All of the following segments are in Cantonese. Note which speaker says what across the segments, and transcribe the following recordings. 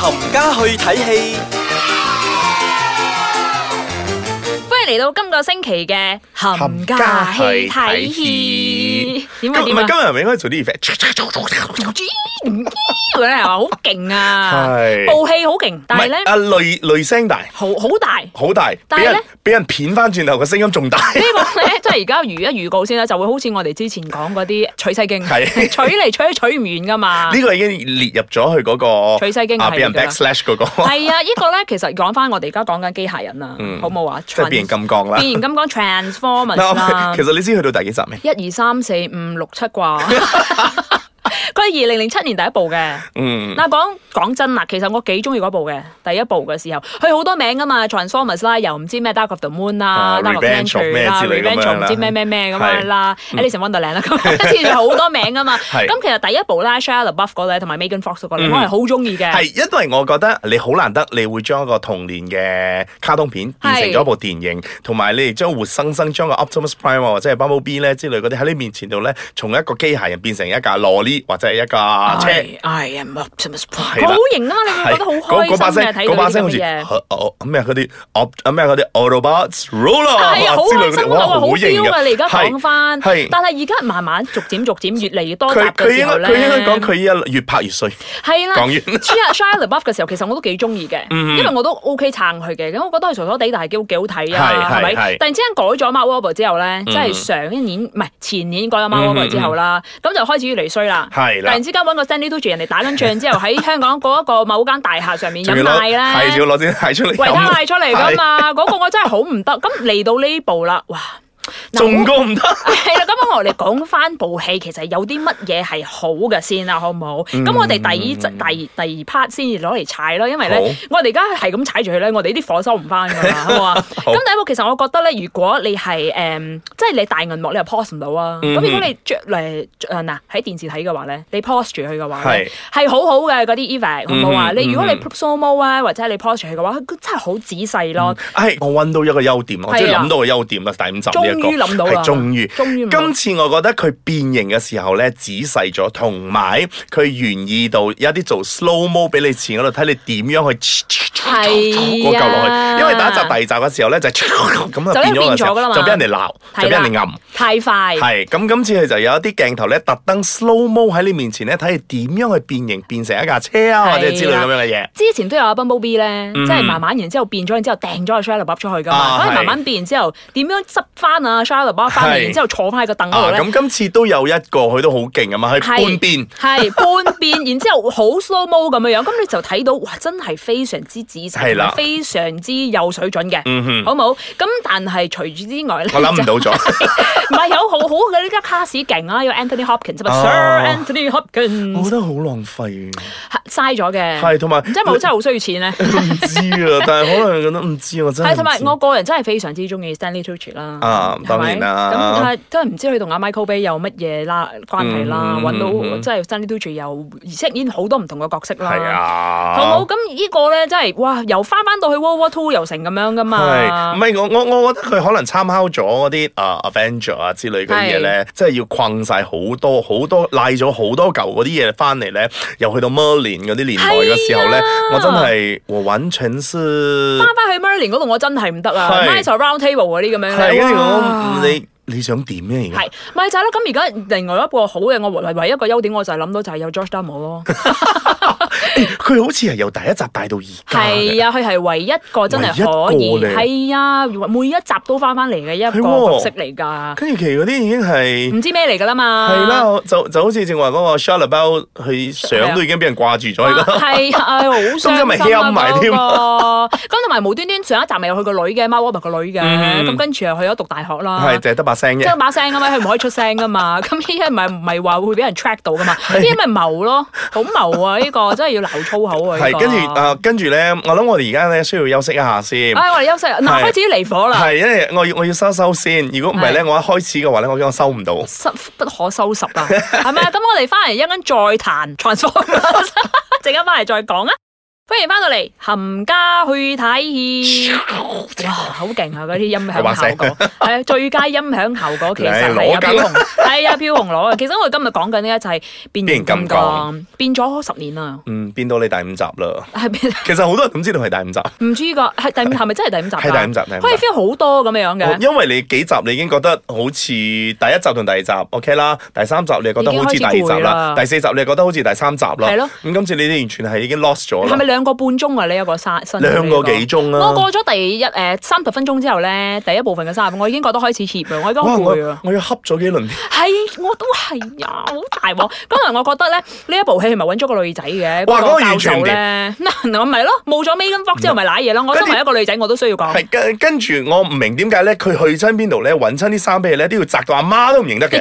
Speaker 1: 冚家去睇戲，
Speaker 2: 歡迎嚟到今個星期嘅冚家去睇戲，點啊
Speaker 3: 今
Speaker 2: 點
Speaker 3: 唔係
Speaker 2: 啊
Speaker 3: 今日係咪應該做啲 effect？
Speaker 2: 佢係話好勁啊，
Speaker 3: 係
Speaker 2: 部戲好勁，但係咧
Speaker 3: 唔係啊雷雷聲大，
Speaker 2: 好好 大。啊
Speaker 3: 好大，
Speaker 2: 但係
Speaker 3: 俾人
Speaker 2: 呢
Speaker 3: 俾人片翻轉頭個聲音 仲大。
Speaker 2: 呢個咧，即係而家預一預告先啦，就會好似我哋之前講嗰 啲取西經，
Speaker 3: 係
Speaker 2: 取嚟取去取唔完噶嘛。
Speaker 3: 呢個已經列入咗去嗰個
Speaker 2: 取西經
Speaker 3: 啊，
Speaker 2: 係
Speaker 3: 俾人
Speaker 2: 㗎
Speaker 3: backslash 嗰個，嗯
Speaker 2: 係啊，呢個咧其實講翻我哋而家講緊機械人啦，好冇啊？
Speaker 3: 即係變
Speaker 2: Trans-
Speaker 3: 形金剛啦。
Speaker 2: 變形金剛 Transformers 啦
Speaker 3: 嗱，其，實你知去到第幾集未？
Speaker 2: 一二三四五六七啩。 佢係二零零七年第一部嘅。
Speaker 3: 嗯，
Speaker 2: 嗱，講講真啦，其實我幾中意嗰部嘅，第一部嘅時候，佢好多名噶嘛，Transformers 啦，又唔知咩 Dark of the Moon 啦
Speaker 3: 啊
Speaker 2: ，Dark of
Speaker 3: Revenge of
Speaker 2: Nature
Speaker 3: 咩
Speaker 2: 啦
Speaker 3: 之類咁樣
Speaker 2: ，Revenge of 唔
Speaker 3: 啦
Speaker 2: 知咩咩咩咁樣
Speaker 3: 係嗯
Speaker 2: 啦，Alice in Wonderland 啦，咁一次好多名噶嘛。
Speaker 3: 係嗯
Speaker 2: 咁其實第一部啦 s h a l a b u f f 嗰個咧，同埋 Megan Fox 嗰個咧，我係好中意嘅。
Speaker 3: 係因為我覺得你好難得，你會將一個童年嘅卡通片變成咗一部電影，同埋你哋將活生生將個 Optimus Prime 啊或者係 Bumblebee 咧之類嗰啲喺你面前度咧，從一個機械人變成一架羅莉或啊者係一架車。
Speaker 2: I- I am Optimus Prime，
Speaker 3: 係啦
Speaker 2: 好型啊嘛！你會覺得好開
Speaker 3: 嗰
Speaker 2: 心
Speaker 3: 嗰把聲
Speaker 2: 嘅睇
Speaker 3: 嗰
Speaker 2: 到
Speaker 3: 把
Speaker 2: 呢啲
Speaker 3: 聲好
Speaker 2: 咁
Speaker 3: 似
Speaker 2: 嘅嘢。
Speaker 3: 啊咩嗰啲 op 啊咩嗰啲 Autobots Roller
Speaker 2: 係啊，好
Speaker 3: 之
Speaker 2: 開
Speaker 3: 類嗰啲
Speaker 2: 心啊！
Speaker 3: 哇
Speaker 2: 哇，好
Speaker 3: 好型
Speaker 2: feel 啊！
Speaker 3: 㗎
Speaker 2: 你而家講
Speaker 3: 係
Speaker 2: 翻，
Speaker 3: 係
Speaker 2: 但係而家慢慢逐漸逐漸越嚟越多集
Speaker 3: 佢佢
Speaker 2: 嘅時
Speaker 3: 應該
Speaker 2: 候咧，
Speaker 3: 佢應該講佢一越拍越 衰，
Speaker 2: 係啦。
Speaker 3: 講完
Speaker 2: Shia Shia LaBeouf 嘅時候，其實我都幾中意嘅，
Speaker 3: 嗯
Speaker 2: 因為我都 OK 撐佢嘅，咁我覺得佢傻傻地，但係幾好幾好睇啊，
Speaker 3: 係
Speaker 2: 係咪？
Speaker 3: 係係嗯
Speaker 2: 突然之間改咗 Mark Wahlberg 之後咧，即係上一年唔係前年改咗 Mark
Speaker 3: 嗯嗯
Speaker 2: Wahlberg 之後啦，咁就開始越嚟越衰啦。
Speaker 3: 係
Speaker 2: 突
Speaker 3: 啦
Speaker 2: 然之間揾個 Stanley Tucci 人哋打緊仗之後，喺香港嗰一個某間大廈上面
Speaker 3: 仲
Speaker 2: 飲
Speaker 3: 要
Speaker 2: 奶
Speaker 3: 攞
Speaker 2: 咧，
Speaker 3: 係仲要攞啲奶出嚟
Speaker 2: 維他
Speaker 3: 飲，啊
Speaker 2: 奶出嚟噶嘛，嗰個我真係好唔得。咁嚟到呢步啦，哇！嗱
Speaker 3: 仲
Speaker 2: 我
Speaker 3: 高唔得。
Speaker 2: 係啦，咁我哋講翻部戲，其實有啲乜嘢係好嘅先啦，好唔好？
Speaker 3: 嗯
Speaker 2: 咁我哋第二集第二第二 part 先至攞嚟踩啦，因為咧
Speaker 3: 好，
Speaker 2: 我哋而家係咁踩住佢咧，我哋啲火收唔翻 噶嘛，好唔好啊？咁第一部其實我覺得咧，如果你係誒、嗯即係你大銀幕你又 pause 唔到啊。咁、
Speaker 3: 嗯
Speaker 2: 如果你着嚟誒嗱喺電視睇嘅話咧，你 pause 住佢嘅話咧
Speaker 3: 係，
Speaker 2: 係好好嘅嗰啲 effect，好唔好啊？
Speaker 3: 嗯
Speaker 2: 你如果你
Speaker 3: 嗯
Speaker 2: slow mo 啊，或者你 pause 住佢嘅話，佢真係好仔細咯。
Speaker 3: 唉，我揾到一個優點，我終於
Speaker 2: 係啊
Speaker 3: 諗到個優點啦，第五集
Speaker 2: 終
Speaker 3: 呢一個
Speaker 2: 於諗到啦
Speaker 3: 係終於。
Speaker 2: 終於唔
Speaker 3: 今次我覺得佢變形嘅時候咧，仔細咗，同埋佢願意到有啲做 slow mo 俾你前嗰度睇你點樣去
Speaker 2: 係
Speaker 3: 嗰嚿落
Speaker 2: 啊
Speaker 3: 去，因為第一集第二集嘅時候咧就 咁就變咗嘅時
Speaker 2: 就變咗㗎啦
Speaker 3: 候
Speaker 2: 嘛
Speaker 3: 就俾人哋
Speaker 2: 係
Speaker 3: 鬧，
Speaker 2: 啦
Speaker 3: 就俾人哋暗。
Speaker 2: 太快。
Speaker 3: 係咁，今次佢就有一啲鏡頭咧，特登 slow mo 喺你面前咧，睇你點樣去變形，變成一架車啊，或者之類咁樣嘅嘢。
Speaker 2: 之前都有 Bumblebee 咧，
Speaker 3: 嗯
Speaker 2: 即係慢慢然之後變咗，然之後掟咗個 s h a l o b 出去噶嘛，
Speaker 3: 啊
Speaker 2: 咁係
Speaker 3: 係
Speaker 2: 慢慢變然之後點樣執翻啊 s h a l o b 翻嚟，
Speaker 3: 係
Speaker 2: 然之後坐翻喺個凳嗰
Speaker 3: 啊，
Speaker 2: 度咧。
Speaker 3: 咁今次都有一個佢都好勁啊嘛，佢
Speaker 2: 係
Speaker 3: 半變。
Speaker 2: 係半變，然之後好 slow mo 咁樣樣，咁你就睇到哇，真係非常之仔細，
Speaker 3: 係
Speaker 2: 同
Speaker 3: 啦嗯
Speaker 2: 埋非常之有水準嘅，好冇？咁但係除此之外咧，
Speaker 3: 我諗唔
Speaker 2: 就
Speaker 3: 到咗，
Speaker 2: 唔係有好好嘅呢家卡士勁啊，有 Anthony Hopkins 啊嘛
Speaker 3: 哦
Speaker 2: ，Sir Anthony
Speaker 3: 我
Speaker 2: Hopkins
Speaker 3: 覺得好浪費。啊
Speaker 2: 嘥咗嘅，
Speaker 3: 係同埋
Speaker 2: 嗯唔知係咪我真係好需要錢咧？
Speaker 3: 唔知啊，但係可能覺得唔知，我真係唔
Speaker 2: 係
Speaker 3: 知。
Speaker 2: 同埋我個人真係非常之中意 Stanley Tucci 啦，係
Speaker 3: 啊
Speaker 2: 咪
Speaker 3: 當然啦
Speaker 2: 咁但係真係唔知佢同阿 Michael Bay 有乜嘢啦關係啦，
Speaker 3: 嗯
Speaker 2: 揾到
Speaker 3: 嗯
Speaker 2: 即係 Stanley Tucci 又飾演好多唔同嘅角色
Speaker 3: 係
Speaker 2: 啦。
Speaker 3: 啊，
Speaker 2: 好冇咁呢個咧，真係哇！又翻翻到去 World War Two 又成咁樣噶
Speaker 3: 係，唔
Speaker 2: 嘛，
Speaker 3: 係我我我覺得佢可能參考咗嗰啲啊 Avenger 啊之類嗰啲嘢咧，即係要困晒好多好多賴咗好多嚿嗰啲嘢翻嚟咧，又去到 Merlin 嗰啲年代嘅時候
Speaker 2: 係
Speaker 3: 咧
Speaker 2: 啊，
Speaker 3: 我真係我完全是
Speaker 2: 翻翻去 Merlin 嗰度我真係唔得啊
Speaker 3: 啊係
Speaker 2: ，Nice Round Table 嗰啲咁樣呢
Speaker 3: 係跟住
Speaker 2: 哇
Speaker 3: 我嗯你你想點咧而
Speaker 2: 係，咪就係咯？咁而家另外一個好嘅，我唯唯一一個優點，我就係諗到就係有 George Duhamel 咯。
Speaker 3: 家？佢好似係由第一集帶到而家嘅
Speaker 2: 係啊，佢係唯一一個真係可
Speaker 3: 唯
Speaker 2: 以
Speaker 3: 一個嚟
Speaker 2: 係啊，每一集都翻翻嚟嘅一
Speaker 3: 係
Speaker 2: 個
Speaker 3: 喎
Speaker 2: 角色嚟㗎，
Speaker 3: 跟住其實嗰啲已經係。
Speaker 2: 唔知咩嚟㗎啦嘛。
Speaker 3: 係啦，我就就好似正話嗰個 s h a l a b e l 佢相都已經俾人掛住 咗啦。
Speaker 2: 係啊， 好傷心
Speaker 3: 中
Speaker 2: 啊
Speaker 3: 間咪
Speaker 2: 嗰
Speaker 3: 欽埋添
Speaker 2: 個咁同埋無端端上一集咪有佢個女嘅，貓窩咪個女嘅，
Speaker 3: 嗯
Speaker 2: 咁跟住又去咗讀大學啦
Speaker 3: 係。就係得把聲
Speaker 2: 即
Speaker 3: 啫
Speaker 2: 啊係，把聲㗎嘛，佢唔可以出聲㗎 嘛，咁呢啲咪唔係話會俾人 track 到㗎嘛？呢啲咪謀咯，好謀啊！呢個真係要流粗口啊！呢
Speaker 3: 係
Speaker 2: 個
Speaker 3: 跟住啊，跟住咧，我諗我哋而家咧需要休息一下先。
Speaker 2: 唉，我哋休息啊，嗱開
Speaker 3: 係
Speaker 2: 始離火啦，
Speaker 3: 係，因為我要我要收收先。如果唔係咧，我一開始嘅話咧，我驚我收唔到。
Speaker 2: 收不可收拾啊， 係咪啊？咁我哋翻嚟一陣間再談 transform，陣間翻嚟再講啊！歡迎翻到嚟，冚家去睇 戲。哇，好勁啊！嗰啲音響效果，係 啊，最佳音響效果其實係阿
Speaker 3: 攞緊
Speaker 2: 飄紅，係啊，飄紅攞啊。其實我哋今日講緊呢就係變形金
Speaker 3: 變形金剛
Speaker 2: 剛，變咗十年啦，
Speaker 3: 嗯，變到你第五集啦。
Speaker 2: 係變
Speaker 3: 其實好多人都知道係第五集，
Speaker 2: 唔知個係第五係咪真係第五集㗎？
Speaker 3: 係第五集第五集
Speaker 2: 可以 feel 好多咁樣樣嘅。
Speaker 3: 因為你幾集你已經覺得好似第一集同第二集 OK 啦，第三集你又覺得好似第
Speaker 2: 已經開
Speaker 3: 二集
Speaker 2: 始攰啦
Speaker 3: 啦，第四集你又覺得好似第三集啦。
Speaker 2: 係咯
Speaker 3: 咁今次你哋完全係已經 lost 咗
Speaker 2: 係咪
Speaker 3: 啦，
Speaker 2: 兩個半鐘啊？呢一個啊三新嘅呢
Speaker 3: 兩個幾鐘
Speaker 2: 我
Speaker 3: 啊啦。
Speaker 2: 過咗第一誒三十分鐘之後咧，第一部分嘅三十，我已經覺得開始怯啦，我已經好
Speaker 3: 哇！
Speaker 2: 攰啊
Speaker 3: 我。我要恰咗幾輪，
Speaker 2: 係，我都係呀，好大 鑊。咁啊，我覺得咧，呢一部戲係咪揾咗個女仔嘅？
Speaker 3: 哇
Speaker 2: 嗰
Speaker 3: 嗰
Speaker 2: 個
Speaker 3: 個
Speaker 2: 教
Speaker 3: 完
Speaker 2: 授
Speaker 3: 全唔掂
Speaker 2: 咧， 嗱，我咪咯，冇咗 Megan Fox 之後咪賴嘢咯。我身為一個女仔，我都需要講。
Speaker 3: 係跟跟住我唔明點解咧，佢去親邊度咧，揾親啲衫俾你咧，都要摘到阿媽都唔認得 嘅。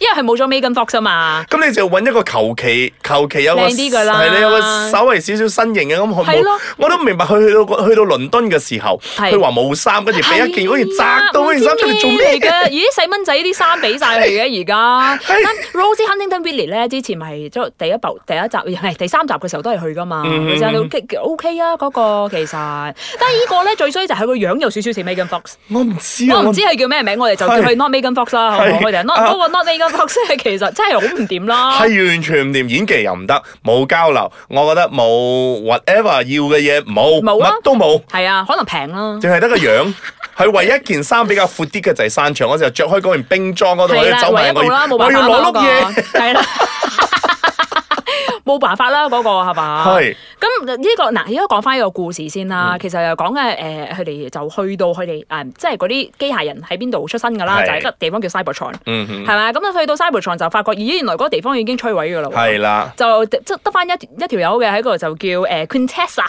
Speaker 2: 因為係冇咗 Megan Fox 啊嘛。
Speaker 3: 咁你就揾一個求其求其有個
Speaker 2: 靚啲㗎啦
Speaker 3: 係你有個稍微少少身形啊嘅咁，佢
Speaker 2: 係咯
Speaker 3: 冇我都唔明白佢去到個去到倫敦嘅時候，
Speaker 2: 係
Speaker 3: 佢話冇衫，跟住俾一件嗰件窄到嗰件衫出嚟做
Speaker 2: 係啊
Speaker 3: 咩
Speaker 2: 唔知咩嚟
Speaker 3: 嘅？
Speaker 2: 㗎？咦，細蚊仔啲衫俾晒佢嘅而家。但 Rosie Huntington Willie 咧，之前咪即係第一部第一集，係第三集嘅時候都係去噶嘛。
Speaker 3: 嗯
Speaker 2: 佢就 O K 啊，嗰個其實。但係呢個咧最衰就係佢個樣有少少似 Megan Fox。
Speaker 3: 我唔知啊，
Speaker 2: 我唔知佢叫咩名，我哋就叫佢 Not Megan Fox 啦，好唔好？
Speaker 3: 係
Speaker 2: 我哋 Not
Speaker 3: 啊
Speaker 2: 嗰個 Not Megan Fox 咧，其實真係好唔掂啦。
Speaker 3: 係完全唔掂，演技又唔得，冇交流，我覺得冇 whatever 要嘅嘢冇，
Speaker 2: 冇啊
Speaker 3: 乜都冇，
Speaker 2: 係啊，可能平啦。
Speaker 3: 淨係得個樣。佢唯一件衫比較闊啲嘅就係山場嗰時候，着開嗰件冰裝嗰度，
Speaker 2: 係
Speaker 3: 佢
Speaker 2: 啦，
Speaker 3: 走
Speaker 2: 唯
Speaker 3: 埋
Speaker 2: 一
Speaker 3: 我
Speaker 2: 冇啦，
Speaker 3: 要
Speaker 2: 冇
Speaker 3: 我
Speaker 2: 辦
Speaker 3: 要
Speaker 2: 法啦，
Speaker 3: 攞
Speaker 2: 嗰個
Speaker 3: 碌嘢，
Speaker 2: 係 啦，冇辦法啦，嗰個係嘛？
Speaker 3: 係
Speaker 2: 咁呢個嗱，而家講翻呢個故事先
Speaker 3: 嗯
Speaker 2: 啦。其實又講嘅誒，佢哋就去到佢哋誒，即係嗰啲機械人喺邊度出身㗎啦，
Speaker 3: 係
Speaker 2: 就係一個地方叫 Cybertron，
Speaker 3: 嗯
Speaker 2: 係
Speaker 3: 哼，
Speaker 2: 咪？咁啊，去到 Cybertron 就發覺，咦，原來嗰個地方已經摧毀㗎啦喎。
Speaker 3: 嗯係啦，
Speaker 2: 就即得翻一一條友嘅喺嗰度就叫誒 Quintessa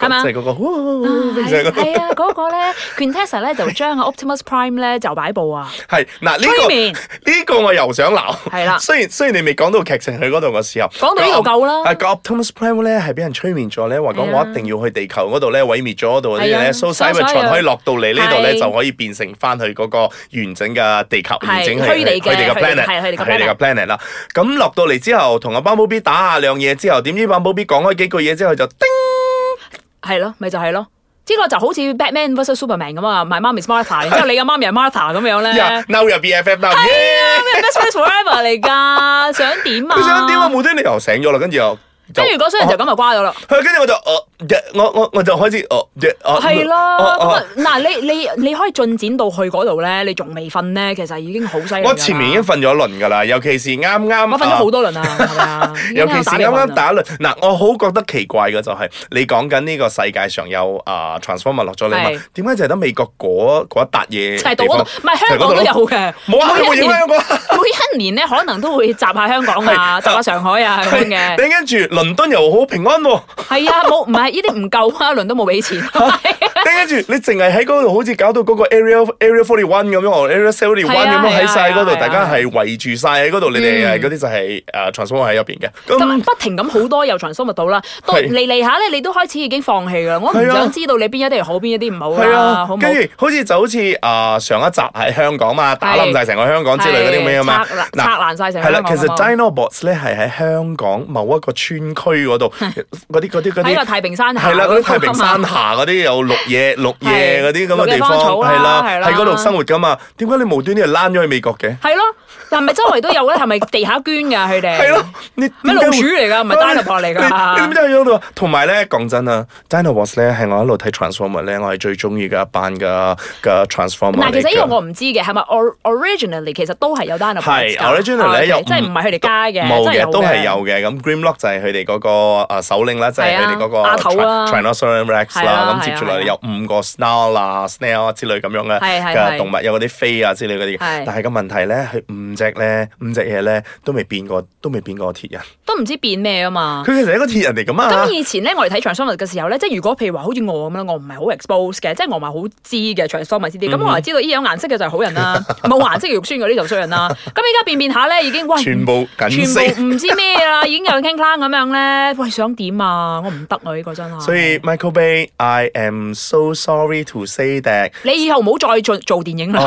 Speaker 2: 係嘛
Speaker 3: 即？係嗰個，就哦係嗰個
Speaker 2: 係啊，嗰個咧 Quintessa 咧就將個 Optimus Prime 咧就擺布啊，
Speaker 3: 係嗱呢
Speaker 2: 催
Speaker 3: 個
Speaker 2: 眠
Speaker 3: 呢個我又想鬧，
Speaker 2: 係啦
Speaker 3: 雖然雖然你未講到劇情去嗰度嘅時候，
Speaker 2: 講到呢度夠啦
Speaker 3: 啊個 Optimus Prime 咧係俾人催眠咗咧，話講
Speaker 2: 哦係啊
Speaker 3: 我一定要去地球嗰度咧毀滅咗嗰度嗰啲
Speaker 2: 係啊
Speaker 3: 咧，蘇西
Speaker 2: 所以
Speaker 3: 咪
Speaker 2: 所以
Speaker 3: 可以落到嚟呢度咧
Speaker 2: 係
Speaker 3: 就可以變成翻去嗰個完整嘅地球，
Speaker 2: 係
Speaker 3: 完整
Speaker 2: 虛擬嘅
Speaker 3: 佢哋嘅
Speaker 2: 佢哋
Speaker 3: planet，
Speaker 2: 係佢哋嘅
Speaker 3: 佢哋嘅 planet 啦。咁落到嚟之後，同阿 Bumblebee 打下兩嘢之後，點知 Bumblebee 講開幾句嘢之後就叮，
Speaker 2: 係咯，咪就係咯。呢個就好似 Batman vs Superman 咁啊，My mom is Martha，然之後你嘅媽咪係 Martha 咁樣咧，
Speaker 3: 呀
Speaker 2: 咩
Speaker 3: now 又 BFF now，耶！
Speaker 2: 啊哎 Best Friends Forever 嚟㗎，想點啊？
Speaker 3: 佢想點啊？無端你又醒咗啦，跟住又就哦
Speaker 2: 跟住嗰衰人就咁就瓜咗啦。
Speaker 3: 佢跟住我就哦，我我我就開始哦，哦
Speaker 2: 係啦，
Speaker 3: 哦
Speaker 2: 咁啊
Speaker 3: 哦
Speaker 2: 嗱，你你你可以進展到去嗰度咧，你仲未瞓咧，其實已經好犀利㗎啦。
Speaker 3: 我前面已經瞓咗一輪㗎啦，尤其是啱啱
Speaker 2: 哎我瞓咗好
Speaker 3: 啊
Speaker 2: 多輪啦，係咪啊？已經
Speaker 3: 尤
Speaker 2: 喺
Speaker 3: 其
Speaker 2: 度
Speaker 3: 是啱
Speaker 2: 鼻鼾啦
Speaker 3: 啱打一輪嗱，我好覺得奇怪嘅就係、你講緊呢個世界上有啊 transformer 落咗嚟
Speaker 2: 係
Speaker 3: 嘛？點解就係得美國嗰嗰一笪嘢
Speaker 2: 啊就係到嗰度，
Speaker 3: 地
Speaker 2: 唔
Speaker 3: 方
Speaker 2: 係香港都有嘅。
Speaker 3: 冇啊？佢
Speaker 2: 每
Speaker 3: 冇
Speaker 2: 一
Speaker 3: 影
Speaker 2: 年
Speaker 3: 響過。
Speaker 2: 每一年咧，可能都會集下香港啊，
Speaker 3: 係
Speaker 2: 集下上海啊咁樣
Speaker 3: 係
Speaker 2: 嘅。
Speaker 3: 你跟住倫敦又好平安喎、
Speaker 2: 係啊，冇唔係呢啲唔夠啊，輪都冇俾 錢。係
Speaker 3: 你跟住你淨係喺嗰度，好似搞到嗰個 area area forty one 咁樣，area 哦
Speaker 2: 係
Speaker 3: seventy one
Speaker 2: 啊
Speaker 3: 咁樣喺晒嗰
Speaker 2: 係
Speaker 3: 度，
Speaker 2: 啊嗯
Speaker 3: 大家係圍住晒喺嗰度，你哋誒嗰啲就係誒 transformer 喺入邊嘅。
Speaker 2: 咁
Speaker 3: 咁
Speaker 2: 不停咁好多又長生物到啦，到
Speaker 3: 嗯係
Speaker 2: 嚟嚟下咧，你都開始已經放棄㗎啦。我唔
Speaker 3: 係啊
Speaker 2: 想知道你邊一啲係好，邊一啲唔好
Speaker 3: 係
Speaker 2: 啦，
Speaker 3: 啊
Speaker 2: 好唔，好
Speaker 3: 跟？住好似就好似啊上一集喺香港嘛，打冧晒成個香港之類嗰啲咁樣啊嘛
Speaker 2: 係拆爛。拆爛晒成個
Speaker 3: 係啦
Speaker 2: 香，港
Speaker 3: 其
Speaker 2: 啊
Speaker 3: 實
Speaker 2: 嘛
Speaker 3: Dinobots 咧係喺香港某一個村區嗰度，嗰啲嗰啲
Speaker 2: 喺個
Speaker 3: 嗰啲。
Speaker 2: 太平山下
Speaker 3: 係啦， 嗰啲
Speaker 2: 嗰
Speaker 3: 太平山
Speaker 2: 度啊嘛
Speaker 3: 下嗰啲有綠野、綠野嗰啲咁嘅地
Speaker 2: 綠野
Speaker 3: 方
Speaker 2: 芳草，啦
Speaker 3: 係啦，
Speaker 2: 係啦
Speaker 3: 喺嗰度生活噶嘛。點解你無端端就躝咗去美國嘅？
Speaker 2: 係咯，係咪周圍都有咧？係咪地下捐㗎佢哋？
Speaker 3: 係咯，你
Speaker 2: 咩
Speaker 3: 點解
Speaker 2: 老
Speaker 3: 會
Speaker 2: 鼠嚟㗎？唔係 Dinobot 嚟
Speaker 3: 你你
Speaker 2: 㗎
Speaker 3: 知唔。知喺嗰度啊？同埋咧，講真啊，Dinobots 咧係我一路睇 Transformer 咧，我係最中意嘅一班嘅嘅 Transformer
Speaker 2: 嗱，其實呢個我
Speaker 3: 我
Speaker 2: 唔知嘅，係咪 or- originally 其實都係有 d i n o b
Speaker 3: 係 original 咧有
Speaker 2: 即係唔係佢哋加嘅，
Speaker 3: 冇
Speaker 2: 真係
Speaker 3: 嘅，都係有嘅。咁 Grimlock 就係佢哋嗰個啊首領啦，就係
Speaker 2: 係啊
Speaker 3: 佢哋嗰個
Speaker 2: 阿頭啦
Speaker 3: Tri- Tyrannosaurus Rex
Speaker 2: 係啊
Speaker 3: 啦。
Speaker 2: 係啊
Speaker 3: 咁接住落嚟
Speaker 2: 係
Speaker 3: 有五個 Snarl 啊、Snail 啊之類咁樣嘅
Speaker 2: 係係係
Speaker 3: 嘅動物，有嗰啲飛啊之類嗰啲嘅。
Speaker 2: 係
Speaker 3: 但係個問題咧，佢五隻咧，五隻嘢咧都未變過，都未變過鐵人。
Speaker 2: 都唔知變咩啊嘛。
Speaker 3: 佢其實係一個鐵人嚟噶嘛。
Speaker 2: 咁以前咧，我哋睇 Transformers 嘅時候咧，即係如果譬如話好似我咁啦，我唔係好 expose 嘅，即係我唔係好知嘅 Transformers 呢啲。
Speaker 3: 嗯
Speaker 2: 咁我係知道依有顏色嘅就係好人 啦，冇顏色嘅肉酸嗰啲就衰人啦。咁而家變變下咧，已經喂
Speaker 3: 全部緊
Speaker 2: 全
Speaker 3: 色。
Speaker 2: 部唔知咩啦，已經有 King Clan 咁樣咧，喂想點啊？我唔得啊！呢個真係。
Speaker 3: 所以 Michael Bay，I am so sorry to say that。
Speaker 2: 你以後唔好再做做電影啦。
Speaker 3: 哦，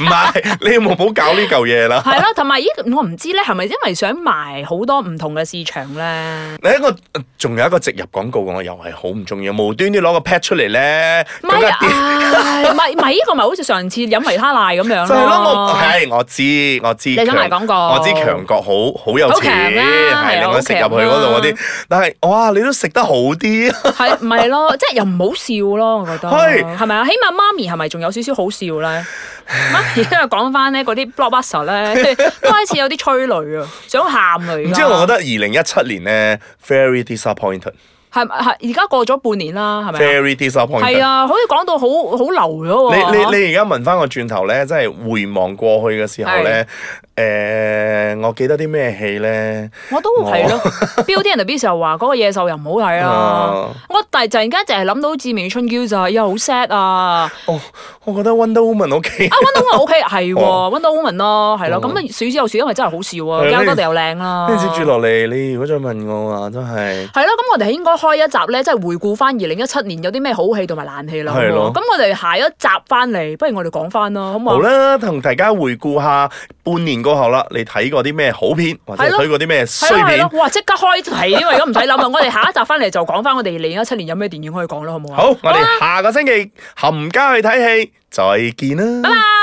Speaker 3: 唔係，你唔好搞呢嚿嘢 啦。
Speaker 2: 係啦，同埋咦，我唔知咧，係咪因為想賣好多唔同嘅市場咧？
Speaker 3: 你一個仲有一個植入廣告，我又係好唔中意，無端端攞個 pad 出嚟咧，
Speaker 2: 唔係
Speaker 3: 咁啊
Speaker 2: 唉唔係唔係，呢個咪好似上次飲維他奶咁樣
Speaker 3: 就係咯，我
Speaker 2: 咯。
Speaker 3: 係我知我知，
Speaker 2: 哦你想賣
Speaker 3: 強
Speaker 2: 廣告
Speaker 3: 我知強國好好有
Speaker 2: 好強
Speaker 3: 錢，
Speaker 2: 啦係啊
Speaker 3: 係你我食
Speaker 2: 好
Speaker 3: 入
Speaker 2: 強
Speaker 3: 去嗰度嗰
Speaker 2: 啦
Speaker 3: 啲，但係哇，你都食得好啲，啊
Speaker 2: 係唔係咯？即係又唔好笑咯，我覺得
Speaker 3: 係
Speaker 2: 係咪啊？起碼媽咪係咪仲有少少好笑咧？媽咪因為講翻咧嗰啲 blockbuster 咧， 都開始有啲催淚啊，想喊嚟。
Speaker 3: 唔知我覺得二零一七年咧，very disappointed，very
Speaker 2: 係咪係而家過咗半年啦，係咪啊？係
Speaker 3: disappointed。
Speaker 2: 啊，好似講到好好流咗
Speaker 3: 你
Speaker 2: 喎。
Speaker 3: 你你而家問翻我轉頭咧，真係回望過去嘅時候咧，誒，我記得啲咩戲咧？
Speaker 2: 我都係咯，《Beauty and the Beast》又話嗰個野獸又唔好睇啦
Speaker 3: 哦。
Speaker 2: 我突然間就係諗到《致命春嬌》咋，哎又好 sad 啊！
Speaker 3: 哦，我覺得 Wonder Woman OK
Speaker 2: 啊。，Wonder Woman OK 係喎
Speaker 3: 哦
Speaker 2: ，Wonder Woman 咯，係咯。
Speaker 3: 哦
Speaker 2: 咁啊，鼠之又鼠，因為真係好笑啊，
Speaker 3: 係
Speaker 2: 加
Speaker 3: 呢
Speaker 2: 多地又靚啦。
Speaker 3: 跟住接住落嚟，你如果再問我啊，真係
Speaker 2: 係咯，咁我哋應該開一集咧，即係回顧翻二零一七年有啲咩好戲同埋爛戲啦。好唔
Speaker 3: 係
Speaker 2: 好啊
Speaker 3: 咯
Speaker 2: 咁我哋下一集翻嚟，不如我哋講翻啦，好唔好
Speaker 3: 好
Speaker 2: 啊？
Speaker 3: 啦，同大家回顧下半年過後啦，你睇過啲咩好片，或者
Speaker 2: 係咯
Speaker 3: 睇過啲咩
Speaker 2: 係
Speaker 3: 衰
Speaker 2: 咯係
Speaker 3: 片？
Speaker 2: 咯，哇！即刻開題，因為而家唔使諗啦。啊我哋下一集翻嚟就講翻我哋二零一七年有咩電影可以講啦，好唔好啊？
Speaker 3: 好，我哋下個星期冚家去睇戲，再見啦，
Speaker 2: 拜拜。